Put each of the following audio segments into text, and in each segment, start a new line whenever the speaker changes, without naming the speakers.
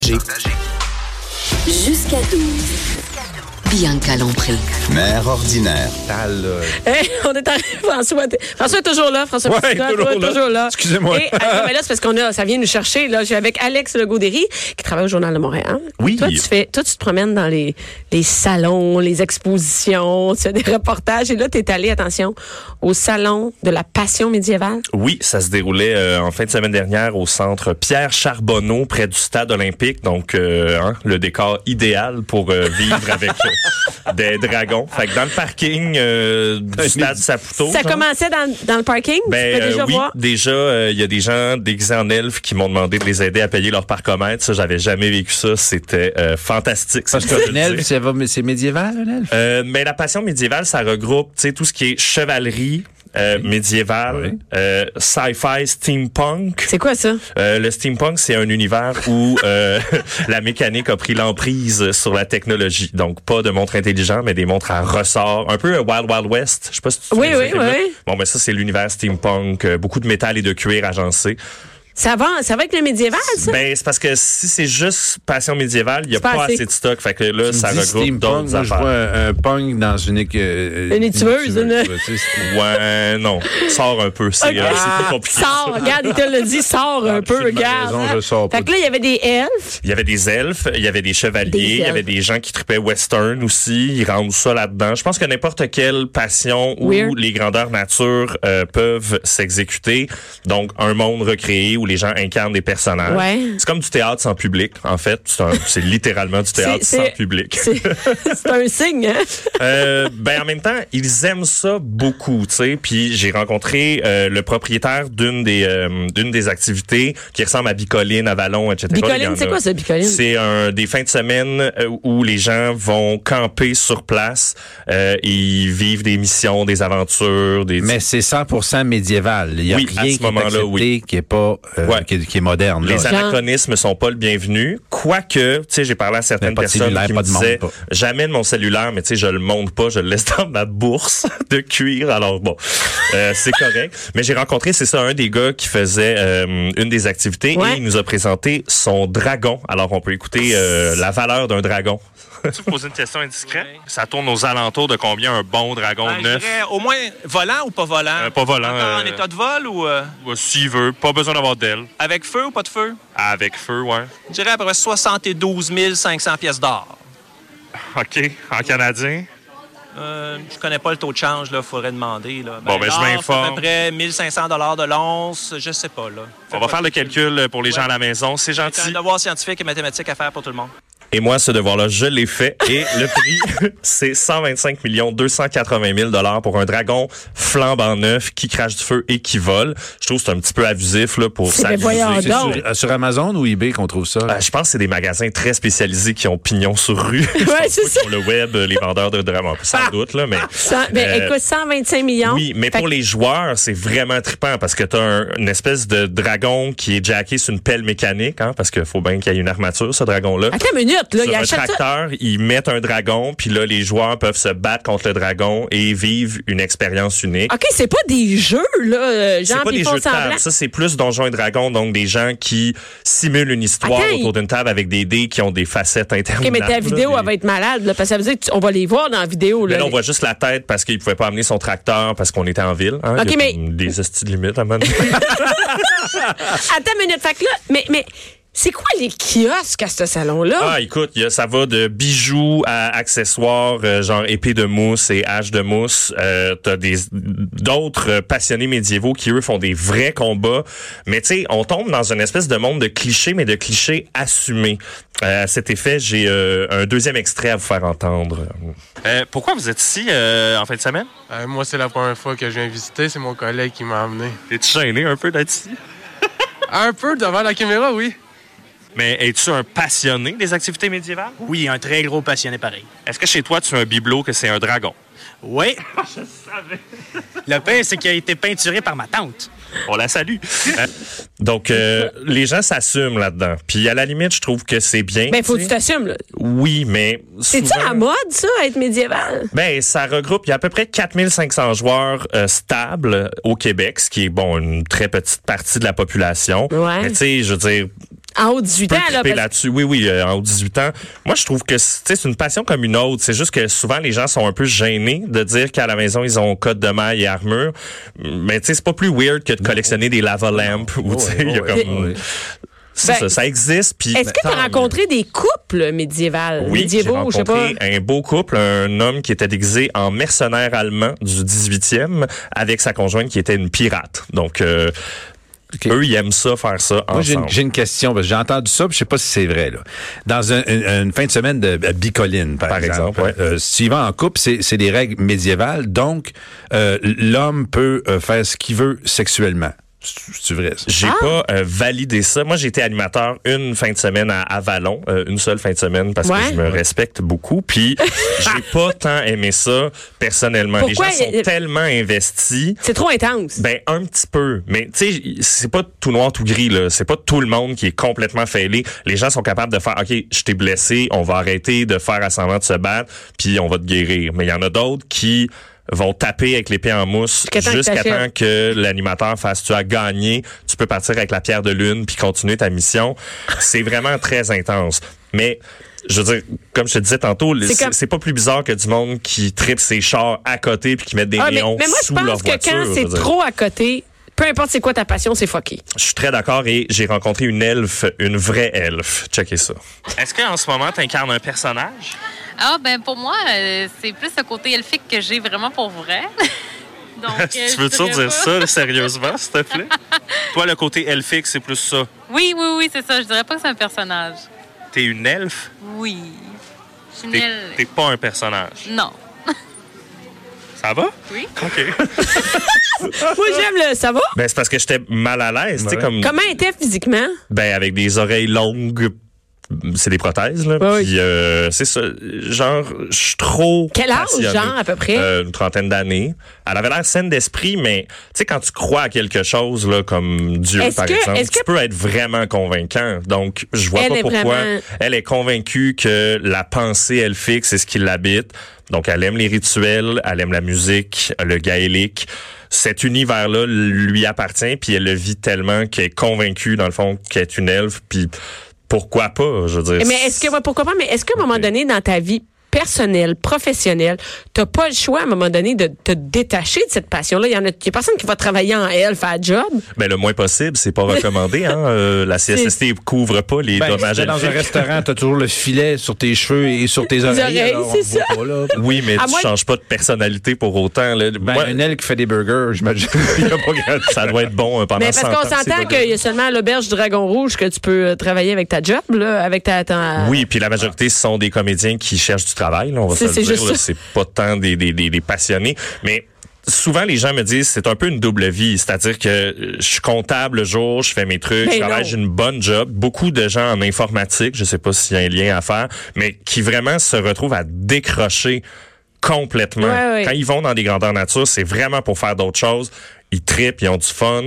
partager.
Jusqu'à 12. Bien calompré.
Mère ordinaire.
Tal, euh,
Hey, on est arrivé, François. était- François est toujours là, François
Ouais,
Pissignol,
toujours
toi,
là.
toujours là.
Excusez-moi.
Et, ah, non, mais là, c'est parce qu'on a, ça vient nous chercher, là. Je suis avec Alex Legaudéry, qui travaille au Journal de Montréal.
Oui.
Toi, tu fais, toi, tu te promènes dans les, les salons, les expositions, tu fais des reportages. Et là, tu es allé, attention, au salon de la passion médiévale.
Oui, ça se déroulait euh, en fin de semaine dernière au centre Pierre Charbonneau, près du stade olympique. Donc, euh, hein, le décor idéal pour euh, vivre avec euh, des dragons. Fait que dans le parking euh, du stade Saputo.
ça
genre,
commençait dans, dans le parking. tu
ben,
peux
euh,
déjà
oui,
voir.
déjà, euh, il y a des gens déguisés en elfes qui m'ont demandé de les aider à payer leur parcomètre. Ça, j'avais jamais vécu ça. C'était euh, fantastique. c'est
parce
le cas de
qu'un
le
elfe,
dire.
c'est c'est médiéval, un elfe?
Euh, mais la passion médiévale, ça regroupe tu sais, tout ce qui est chevalerie. euh, médiévale,
Oui.
euh, sci-fi, steampunk.
C'est quoi ça?
Euh, le steampunk, c'est un univers où euh, la mécanique a pris l'emprise sur la technologie. Donc, pas de montres intelligentes, mais des montres à ressort. Un peu euh, Wild Wild West. Je sais pas si tu te
Oui,
souviens de
oui,
ce film-là.
oui.
Bon, ben ça, c'est l'univers steampunk. euh, beaucoup de métal et de cuir agencé.
Ça va, ça va avec le médiéval, ça?
Ben, c'est parce que si c'est juste passion médiévale, il n'y a
C'est pas
pas
assez.
assez de stock. Fait que là, ça
Dis
regroupe
steampunk,
d'autres
moi, je vois
affaires.
un, un punk dans une... écu- euh,
Une étuveuse, une-
tu vois, tu sais, c'est-
Ouais, non. Sors un peu. C'est
Ok. Ah.
euh, c'est plus compliqué.
Sors, regarde, il te le dit, sors un peu,
Ben, absolument
regarde.
raison, je sors pas.
fait que là, il y avait des elfes.
Il y avait des elfes, il y avait des
Des
chevaliers, il y avait
elfes.
des gens qui tripaient western aussi. Ils rendent ça là-dedans. Je pense que n'importe quelle passion où
Weird.
les grandeurs nature euh, peuvent s'exécuter. Donc, un monde recréé où les gens incarnent des personnages.
Ouais.
C'est comme du théâtre sans public, en fait. C'est un- C'est littéralement du théâtre
C'est-
sans
c'est-
public.
C'est c'est un signe, hein?
Euh, ben en même temps, ils aiment ça beaucoup, tu sais. Puis j'ai rencontré euh, le propriétaire d'une des euh, d'une des activités qui ressemble à Bicoline, à Vallon, etc. Il y en
Bicoline, c'est
a.
quoi ça, Bicoline?
C'est un des fins de semaine euh, où les gens vont camper sur place. Euh, ils vivent des missions, des aventures, des
Mais c'est 100 médiéval. Il n'y a
Oui, à
rien
ce
qui est
moment-là,
accepté
oui.
qui est pas euh,
Ouais.
qui, est, qui est moderne. là.
les anachronismes sont pas le bienvenu. Quoique, tu sais, j'ai parlé à certaines
Mais pas de
personnes
cellulaire,
qui
pas
me
de montre,
disaient
pas.
jamais de mon cellulaire, mais tu sais, je le monte pas, je le laisse dans ma bourse de cuir. Alors bon, euh, c'est correct. Mais j'ai rencontré, c'est ça, un des gars qui faisait euh, une des activités
Ouais.
et il nous a présenté son dragon. Alors on peut écouter euh, la valeur d'un dragon.
tu vous poser une question indiscrète? Ça tourne aux alentours de combien un bon dragon
Ben, je dirais au moins volant ou pas volant?
Euh, pas volant,
Encore en
euh,
état de vol ou euh,
S'il veut, pas besoin d'avoir d'aile.
avec feu ou pas de feu?
Avec feu, ouais.
Je dirais à peu près 72 500 pièces d'or.
OK, en canadien.
Euh, je connais pas le taux de change, là, faudrait demander. Là.
Bon, ben, je
l'or,
m'informe.
c'est À peu près 1500 dollars de l'once, je sais pas. Là.
On va faire le calcul pour les gens
Ouais.
à la maison. C'est
C'est un
gentil.
devoir scientifique et mathématique à faire pour tout le monde.
Et moi, ce devoir-là, je l'ai fait. Et le prix, c'est 125 millions 280 000 dollars pour un dragon flambant neuf qui crache du feu et qui vole. Je trouve que c'est un petit peu abusif là pour
C'est-
s'amuser.
mais voyons
C'est
Ah, donc.
sur, sur Amazon ou eBay qu'on trouve ça?
Euh, je pense que c'est des magasins très spécialisés qui ont pignon sur rue. Je pense
c'est
pas
ça.
Sur le web, euh, les vendeurs de dragons, sans
Ah.
doute là, mais.
Cent- ben,
Euh,
écoute, 125 millions.
Oui, mais
Fait
pour
que-
les joueurs, c'est vraiment trippant parce que t'as un- une espèce de dragon qui est jacké sur une pelle mécanique, hein, parce qu'il faut bien qu'il y ait une armature, ce dragon-là.
Attends une minute, là, il
sur un
achète ça.
tracteur, ils mettent un dragon, puis là, les joueurs peuvent se battre contre le dragon et vivre une expérience unique.
OK, c'est pas des jeux, là. euh,
C'est
Genre,
pas
puis
des
ils font
jeux de table,
semblant.
ça c'est plus Donjons et Dragons, donc des gens qui simulent une histoire
Attends,
autour d'une table avec des dés qui ont des facettes
OK,
interminables.
mais ta vidéo,
là,
elle va être malade, là, parce que ça veut dire qu'on va les voir dans la vidéo,
Mais
là.
là, on voit juste la tête parce qu'il pouvait pas amener son tracteur parce qu'on était en ville. Hein,
Ok,
Il y a
mais-
comme Des hosties de limites à un moment donné.
Attends une minute, fait que là, mais, mais c'est quoi les kiosques à ce salon-là?
Ah, écoute, il y a- ça va de bijoux à accessoires, euh, genre épée de mousse et hache de mousse. Euh, T'as des d'autres euh, passionnés médiévaux qui eux font des vrais combats. Mais tu sais, on tombe dans une espèce de monde de clichés, mais de clichés assumés. Euh, à cet effet, j'ai euh, un deuxième extrait à vous faire entendre.
Euh, pourquoi vous êtes ici euh, en fin de semaine?
Euh, moi, c'est la première fois que je viens visiter. C'est mon collègue qui m'a amené.
Es-tu gêné un peu d'être ici?
Un peu devant la caméra, oui.
Mais es-tu un passionné des activités médiévales?
Oui, un très gros passionné pareil.
Est-ce que chez toi, tu as un bibelot que c'est un dragon?
Oui. je savais. Le pain, c'est qu'il a été peinturé par ma tante.
On la salue. Euh,
Donc, euh, les gens s'assument là-dedans. Puis à la limite, je trouve que c'est bien.
Ben, faut que
tu
tu
sais.
t'assumes, là.
Oui, mais
C'est-tu
souvent-
à la mode, ça, être médiéval?
Ben, ça regroupe, il y a à peu près 4500 joueurs euh, stables au Québec, ce qui est, bon, une très petite partie de la population.
Ouais.
Mais tu sais, je veux dire,
En haut de 18 ans,
peut
là.
triper
parce-
là-dessus. Oui, oui, euh, en haut de 18 ans. Moi, je trouve que c'est tu sais, c'est une passion comme une autre. C'est juste que souvent, les gens sont un peu gênés de dire qu'à la maison, ils ont code de maille et armure. Mais tu sais, c'est pas plus weird que de collectionner des lava lamps. Ou, tu sais, il y a
Ouais,
comme...
ouais.
C'est
Ben,
ça, ça existe. Puis, Ben,
Est-ce que tu as rencontré des couples médiévales,
oui, j'ai
médiévaux, je sais pas.
rencontré euh, un beau couple, un homme qui était déguisé en mercenaire allemand du 18e avec sa conjointe qui était une pirate. Donc, euh,
Ok.
eux, ils aiment ça, faire ça
Moi, j'ai une,
ensemble.
j'ai une question, parce que j'ai entendu ça, puis je sais pas si c'est vrai. Là. Dans un- une, une fin de semaine de à bicoline, par,
Par exemple, ouais.
euh, si tu y vas en couple, c'est c'est des règles médiévales, donc euh, l'homme peut euh, faire ce qu'il veut sexuellement. C'est c'est vrai. ça?
J'ai
Ah.
pas euh, validé ça. Moi, j'ai été animateur une fin de semaine à Avalon, euh, une seule fin de semaine parce
Ouais.
que je me respecte beaucoup. Puis j'ai pas tant aimé ça personnellement.
Pourquoi
Les gens
y-
sont tellement investis.
C'est trop intense.
Ben un petit peu, mais tu sais, c'est pas tout noir tout gris là. C'est pas tout le monde qui est complètement fêlé. Les gens sont capables de faire, ok, je t'ai blessé, on va arrêter de faire semblant de se battre, puis on va te guérir. Mais il y en a d'autres qui vont taper avec l'épée en mousse
Jusqu'à temps que
jusqu'à
t'achèves.
temps que l'animateur fasse tu as gagné, tu peux partir avec la pierre de lune puis continuer ta mission. C'est vraiment très intense. Mais je veux dire, comme je te disais tantôt, le-
C'est
c'est
comme-
c'est pas plus bizarre que du monde qui tripe ses chars à côté puis qui met des
Ah, mais,
néons
mais moi, je
sous leur
pense que
voiture.
quand
je
c'est
veux dire.
trop à côté, peu importe c'est quoi ta passion, c'est fucké.
Je suis très d'accord et j'ai rencontré une elfe, une vraie elfe. Checkez ça.
Est-ce qu'en ce moment, tu incarnes un personnage?
Ah, ben pour moi, euh, c'est plus le côté elfique que j'ai vraiment pour vrai. Donc, euh,
tu
je
veux toujours dire
dirais pas-
ça, là, sérieusement, s'il te plaît? Toi, le côté elfique, c'est plus ça.
Oui, oui, oui, c'est ça. Je dirais pas que c'est un personnage.
T'es une elfe,
Oui. Je suis une
t'es
elfe.
t'es pas un personnage.
Non.
Ça va?
Oui.
OK.
Moi, j'aime le. Ça va?
Ben, c'est parce que j'étais mal à l'aise, tu sais,
Ouais.
comme,
Comment était physiquement?
ben, avec des oreilles longues. C'est des prothèses, là.
Ouais,
Puis, euh, c'est ça. Genre, je suis trop.
Quel âge,
passionné.
genre, à peu près?
Euh, une trentaine d'années. Elle avait l'air saine d'esprit, mais, tu sais, quand tu crois à quelque chose, là, comme Dieu,
Est-ce
par
que-
exemple,
est-ce
tu
que-
peux être vraiment convaincant. Donc, je vois
Elle
pas
est
pourquoi.
vraiment-
Elle est convaincue que la pensée elfique, c'est ce qui l'habite. Donc, elle aime les rituels, elle aime la musique, le gaélique. Cet univers-là lui appartient, puis elle le vit tellement qu'elle est convaincue, dans le fond, qu'elle est une elfe, puis pourquoi pas, je veux dire.
Eh, Mais est-ce que, ouais, pourquoi pas, mais est-ce qu'à un moment
Ok.
donné, dans ta vie personnelle, professionnelle, t'as pas le choix, à un moment donné, de te détacher de cette passion-là? Il y en a, il y a personne qui va travailler en elle, faire un job.
Ben, le moins possible, c'est pas recommandé, hein. Euh, la CSST couvre pas les
Ben,
dommages
si t'es dans un
elfiques.
restaurant, t'as toujours le filet sur tes cheveux et sur tes oreilles.
oreilles,
alors on
c'est
voit
ça.
pas, là.
Oui, mais
À
tu
moins-
changes pas de personnalité pour autant. là.
Ben,
Moi,
un aile qui fait des burgers, j'imagine. Il y a pas grand-
ça doit être bon euh, pendant
Mais parce
100
qu'on
ans, c'est
s'entend
pas-
qu'il y a seulement à l'auberge du Dragon Rouge que tu peux euh, travailler avec ta job, là, avec ta. ta-
Oui, puis la majorité ce sont des comédiens qui cherchent du travail, là, on va se
Euh, C'est-
le
c'est
dire.
juste
là.
ça.
C'est pas tant des, des, des, des passionnés, mais souvent les gens me disent c'est un peu une double vie, c'est-à-dire que euh, je suis comptable le jour, je fais mes trucs,
Ben
je travaille,
non.
j'ai une bonne job. Beaucoup de gens en informatique, je sais pas s'il y a un lien à faire, mais qui vraiment se retrouvent à décrocher complètement.
Ouais, ouais.
Quand ils vont dans des grandeurs nature, c'est vraiment pour faire d'autres choses. Ils tripent, ils ont du fun.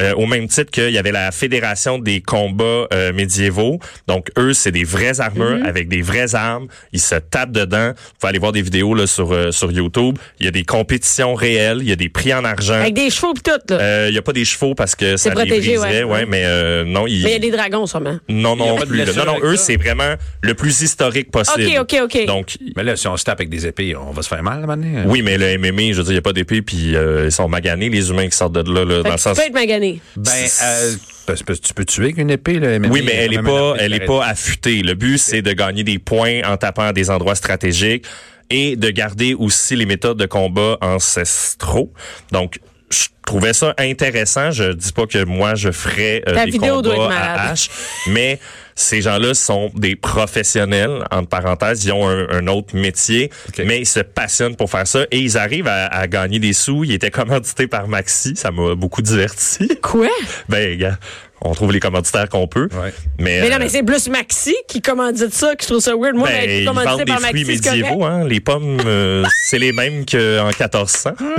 Euh, au même titre qu'il y avait la Fédération des combats euh, médiévaux. Donc, eux, c'est des vraies armures
Mm-hmm.
avec des vraies armes. Ils se tapent dedans. Vous pouvez aller voir des vidéos là, sur, euh, sur YouTube. Il y a des compétitions réelles. Il y a des prix en argent.
Avec des chevaux pis tout, là.
hein. Euh, il n'y a pas des chevaux parce que ça
protégé,
les briserait.
ouais.
Ouais, mais euh, non, ils...
mais il y a des dragons, sûrement.
Non,
Il y a
non,
pas de
plus, là.
blessure
non, non,
avec
eux,
ça.
c'est vraiment le plus historique possible.
Ok, ok, ok.
Donc,
Mais là, si on se tape avec des épées, on va se faire mal, à un moment donné.
oui, mais le MMA, je veux dire, il n'y a pas d'épée, puis euh, ils sont maganés, les humains qui sortent de là, là,
Fait
dans
que
le
tu
sens...
peux être magané.
Ben, euh, parce que tu peux tuer avec une épée, là. mais-
Oui, mais elle est
quand même
pas,
une épée
elle est
qui
pas affûtée. Le but, c'est de gagner des points en tapant à des endroits stratégiques et de garder aussi les méthodes de combat ancestraux. Donc, je trouvais ça intéressant. Je dis pas que moi, je ferais euh,
Ta
des
vidéo doit
combats
être
à
malade.
hache, mais ces gens-là sont des professionnels, entre parenthèses. Ils ont un, un autre métier,
Ok.
mais ils se passionnent pour faire ça et ils arrivent à, à gagner des sous. Ils étaient commandités par Maxi. Ça m'a beaucoup diverti.
Quoi?
Ben, gars, on trouve les commanditaires qu'on peut.
Ouais.
Mais,
Mais non,
euh,
mais c'est plus Maxi qui commandite ça, que je trouve ça weird. Moi,
ben,
ben,
ils
commandité
vendent des
par Maxi,
fruits
c'est correct.
médiévaux, hein. Les pommes, euh, c'est les mêmes qu'en 1400.
Ah.
hein.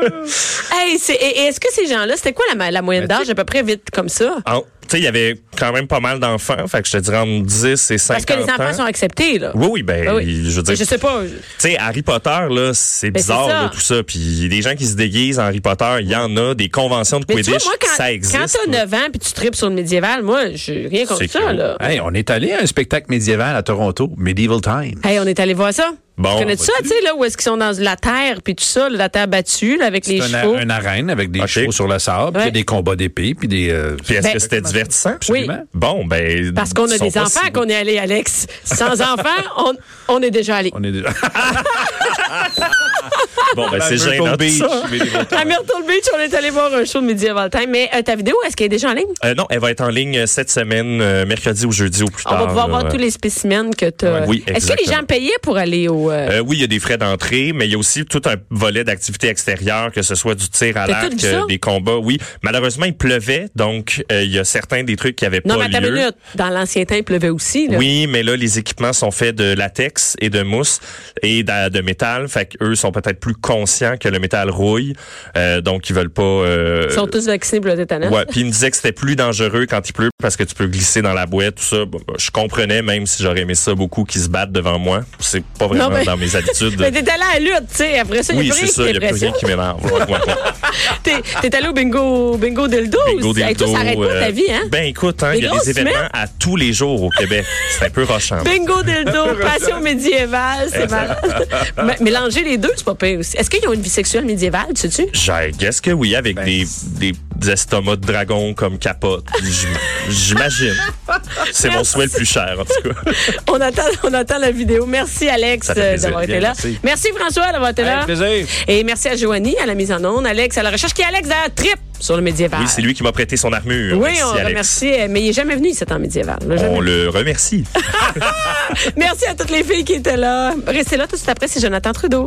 Ben,
Hey, c'est- et- et est-ce que ces gens-là, c'était quoi la, ma- la moyenne d'âge à peu près vite comme ça?
En- sais, il y avait quand même pas mal d'enfants. Fait que je te dirais entre 10 et 50
Parce que les enfants
ans.
sont acceptés, là.
Oui, oui, ben,
Ah oui.
je veux dire.
Je sais pas. je-
Tu sais, Harry Potter, là, c'est
Ben,
bizarre,
c'est ça.
là, tout ça. Puis des gens qui se déguisent en Harry Potter, il y en a, des conventions de
Mais tu vois,
Quidditch,
moi, quand,
ça existe.
quand t'as
là.
9 ans puis tu tripes sur le médiéval, moi, j'ai rien contre
C'est
ça,
cool.
là.
Hey, on est allé à un spectacle médiéval à Toronto, Medieval Time.
Hey, on est allé voir ça.
Bon,
tu connais ça,
vas-y.
tu sais, là, où est-ce qu'ils sont dans la terre, puis tout ça, là, la terre battue, là, avec les
C'est
chevaux.
une arène avec des
Ok.
chevaux sur le sable, puis il y a
Ouais.
des combats d'épée, puis des. euh,
Puis est-ce
Ben,
que c'était divertissant?
Oui.
absolument.
Bon, ben.
Parce qu'on
ils
a
sont
des
pas
enfants
si-
qu'on est allé, Alex. Sans enfants, on, on est déjà allé.
On est déjà.
Ah. Bon, ben, c'est
Myrtle
gênant. tout
Beach,
ça.
À Myrtle Beach, on est allé voir un show de Medieval Time. Mais euh, ta vidéo, est-ce qu'elle est déjà en ligne?
Euh, non, elle va être en ligne euh, cette semaine, euh, mercredi ou jeudi au plus
On
tard.
va pouvoir
là.
voir tous les spécimens que tu
Ouais, oui,
Est-ce que les
exactement.
gens payaient pour aller au. euh,
Euh, oui, il y a des frais d'entrée, mais il y a aussi tout un volet d'activités extérieures, que ce soit du tir à
T'as tout
l'arc,
vu ça?
euh, des combats. Oui, malheureusement, il pleuvait, donc euh, il y a certains des trucs qui avaient
Non,
pas
mais attends
lieu.
une minute. Dans l'ancien temps, il pleuvait aussi, là.
Oui, mais là, les équipements sont faits de latex et de mousse et de, de métal. Fait qu'eux sont peut-être plus conscients que le métal rouille. Euh, donc, ils veulent pas... euh,
Ils sont tous vaccinés pour le tétanos.
Ouais, puis il me disait que c'était plus dangereux quand il pleut parce que tu peux glisser dans la boîte, tout ça. Bon, ben, je comprenais, même si j'aurais aimé ça beaucoup, qu'ils se battent devant moi. C'est pas vraiment
Non, mais-
dans mes habitudes.
Mais t'es allé à la lutte, tu sais. Après ça, il n'y
oui,
a plus
c'est
rien
ça, il
qui
n'y a plus
t'impressionne.
rien qui m'énerve. Ouais, ouais, ouais.
T'es t'es allé au bingo, bingo dildo
Bingo
aussi. Hey, toi,
dildo,
ça arrête pas
euh,
ta vie, hein?
Ben écoute, hein,
Des
il y a
grosses
des événements
semaines.
à tous les jours au Québec. C'est un peu rochant.
Bingo dildo, passion médiévale, c'est malade. Mais- Mélanger les deux, c'est pas pire aussi. Est-ce qu'ils ont une vie sexuelle médiévale, tu sais-tu?
Je guess que oui, avec des, des, des estomacs de dragon comme capote. J- J'imagine. C'est mon souhait le plus cher, en tout cas.
On attend, on attend la vidéo. Merci, Alex,
Ça fait
euh,
plaisir.
d'avoir été
Bien,
là.
merci.
Merci, François, d'avoir été là.
Avec plaisir.
Et merci à Joanie, à la mise en onde, Alex, à la recherche, qui est Alex à Trip sur le médiéval.
Oui, c'est lui qui m'a prêté son armure.
Oui,
Merci,
on
Alex.
remercie, euh, mais il est jamais venu, cet en médiéval. là, jamais.
On le remercie.
Merci à toutes les filles qui étaient là. Restez là tout de suite après, c'est Jonathan Trudeau.